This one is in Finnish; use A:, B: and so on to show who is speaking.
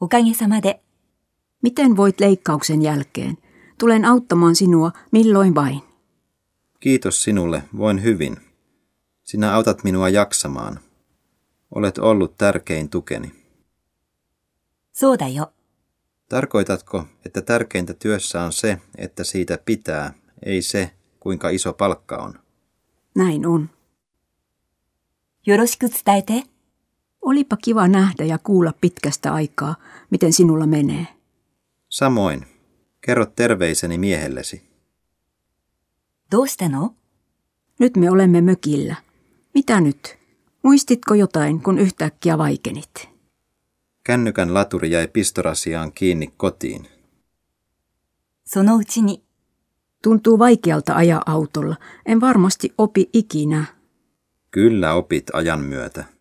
A: おかげさまで。
B: Miten voit leikkauksen jälkeen? Tulen auttamaan sinua milloin vain.
C: Kiitos sinulle, voin hyvin. Sinä autat minua jaksamaan. Olet ollut tärkein tukeni.
A: そうだよ。
C: Tarkoitatko, että tärkeintä työssä on se, että siitä pitää, ei se, kuinka iso palkka on?
B: Näin on.
A: よろしく伝えて。
B: Olipa kiva nähdä ja kuulla pitkästä aikaa, miten sinulla menee.
C: Samoin. Kerro terveiseni miehellesi.
A: どうしたの
B: Nyt me olemme mökillä. Mitä nyt? Muistitko jotain, kun yhtäkkiä vaikenit?
C: Kännykän laturi jäi pistorasiaan kiinni kotiin.
A: そのうちに。
B: Tuntuu vaikealta ajaa autolla. En varmasti opi ikinä.
C: Kyllä opit ajan myötä.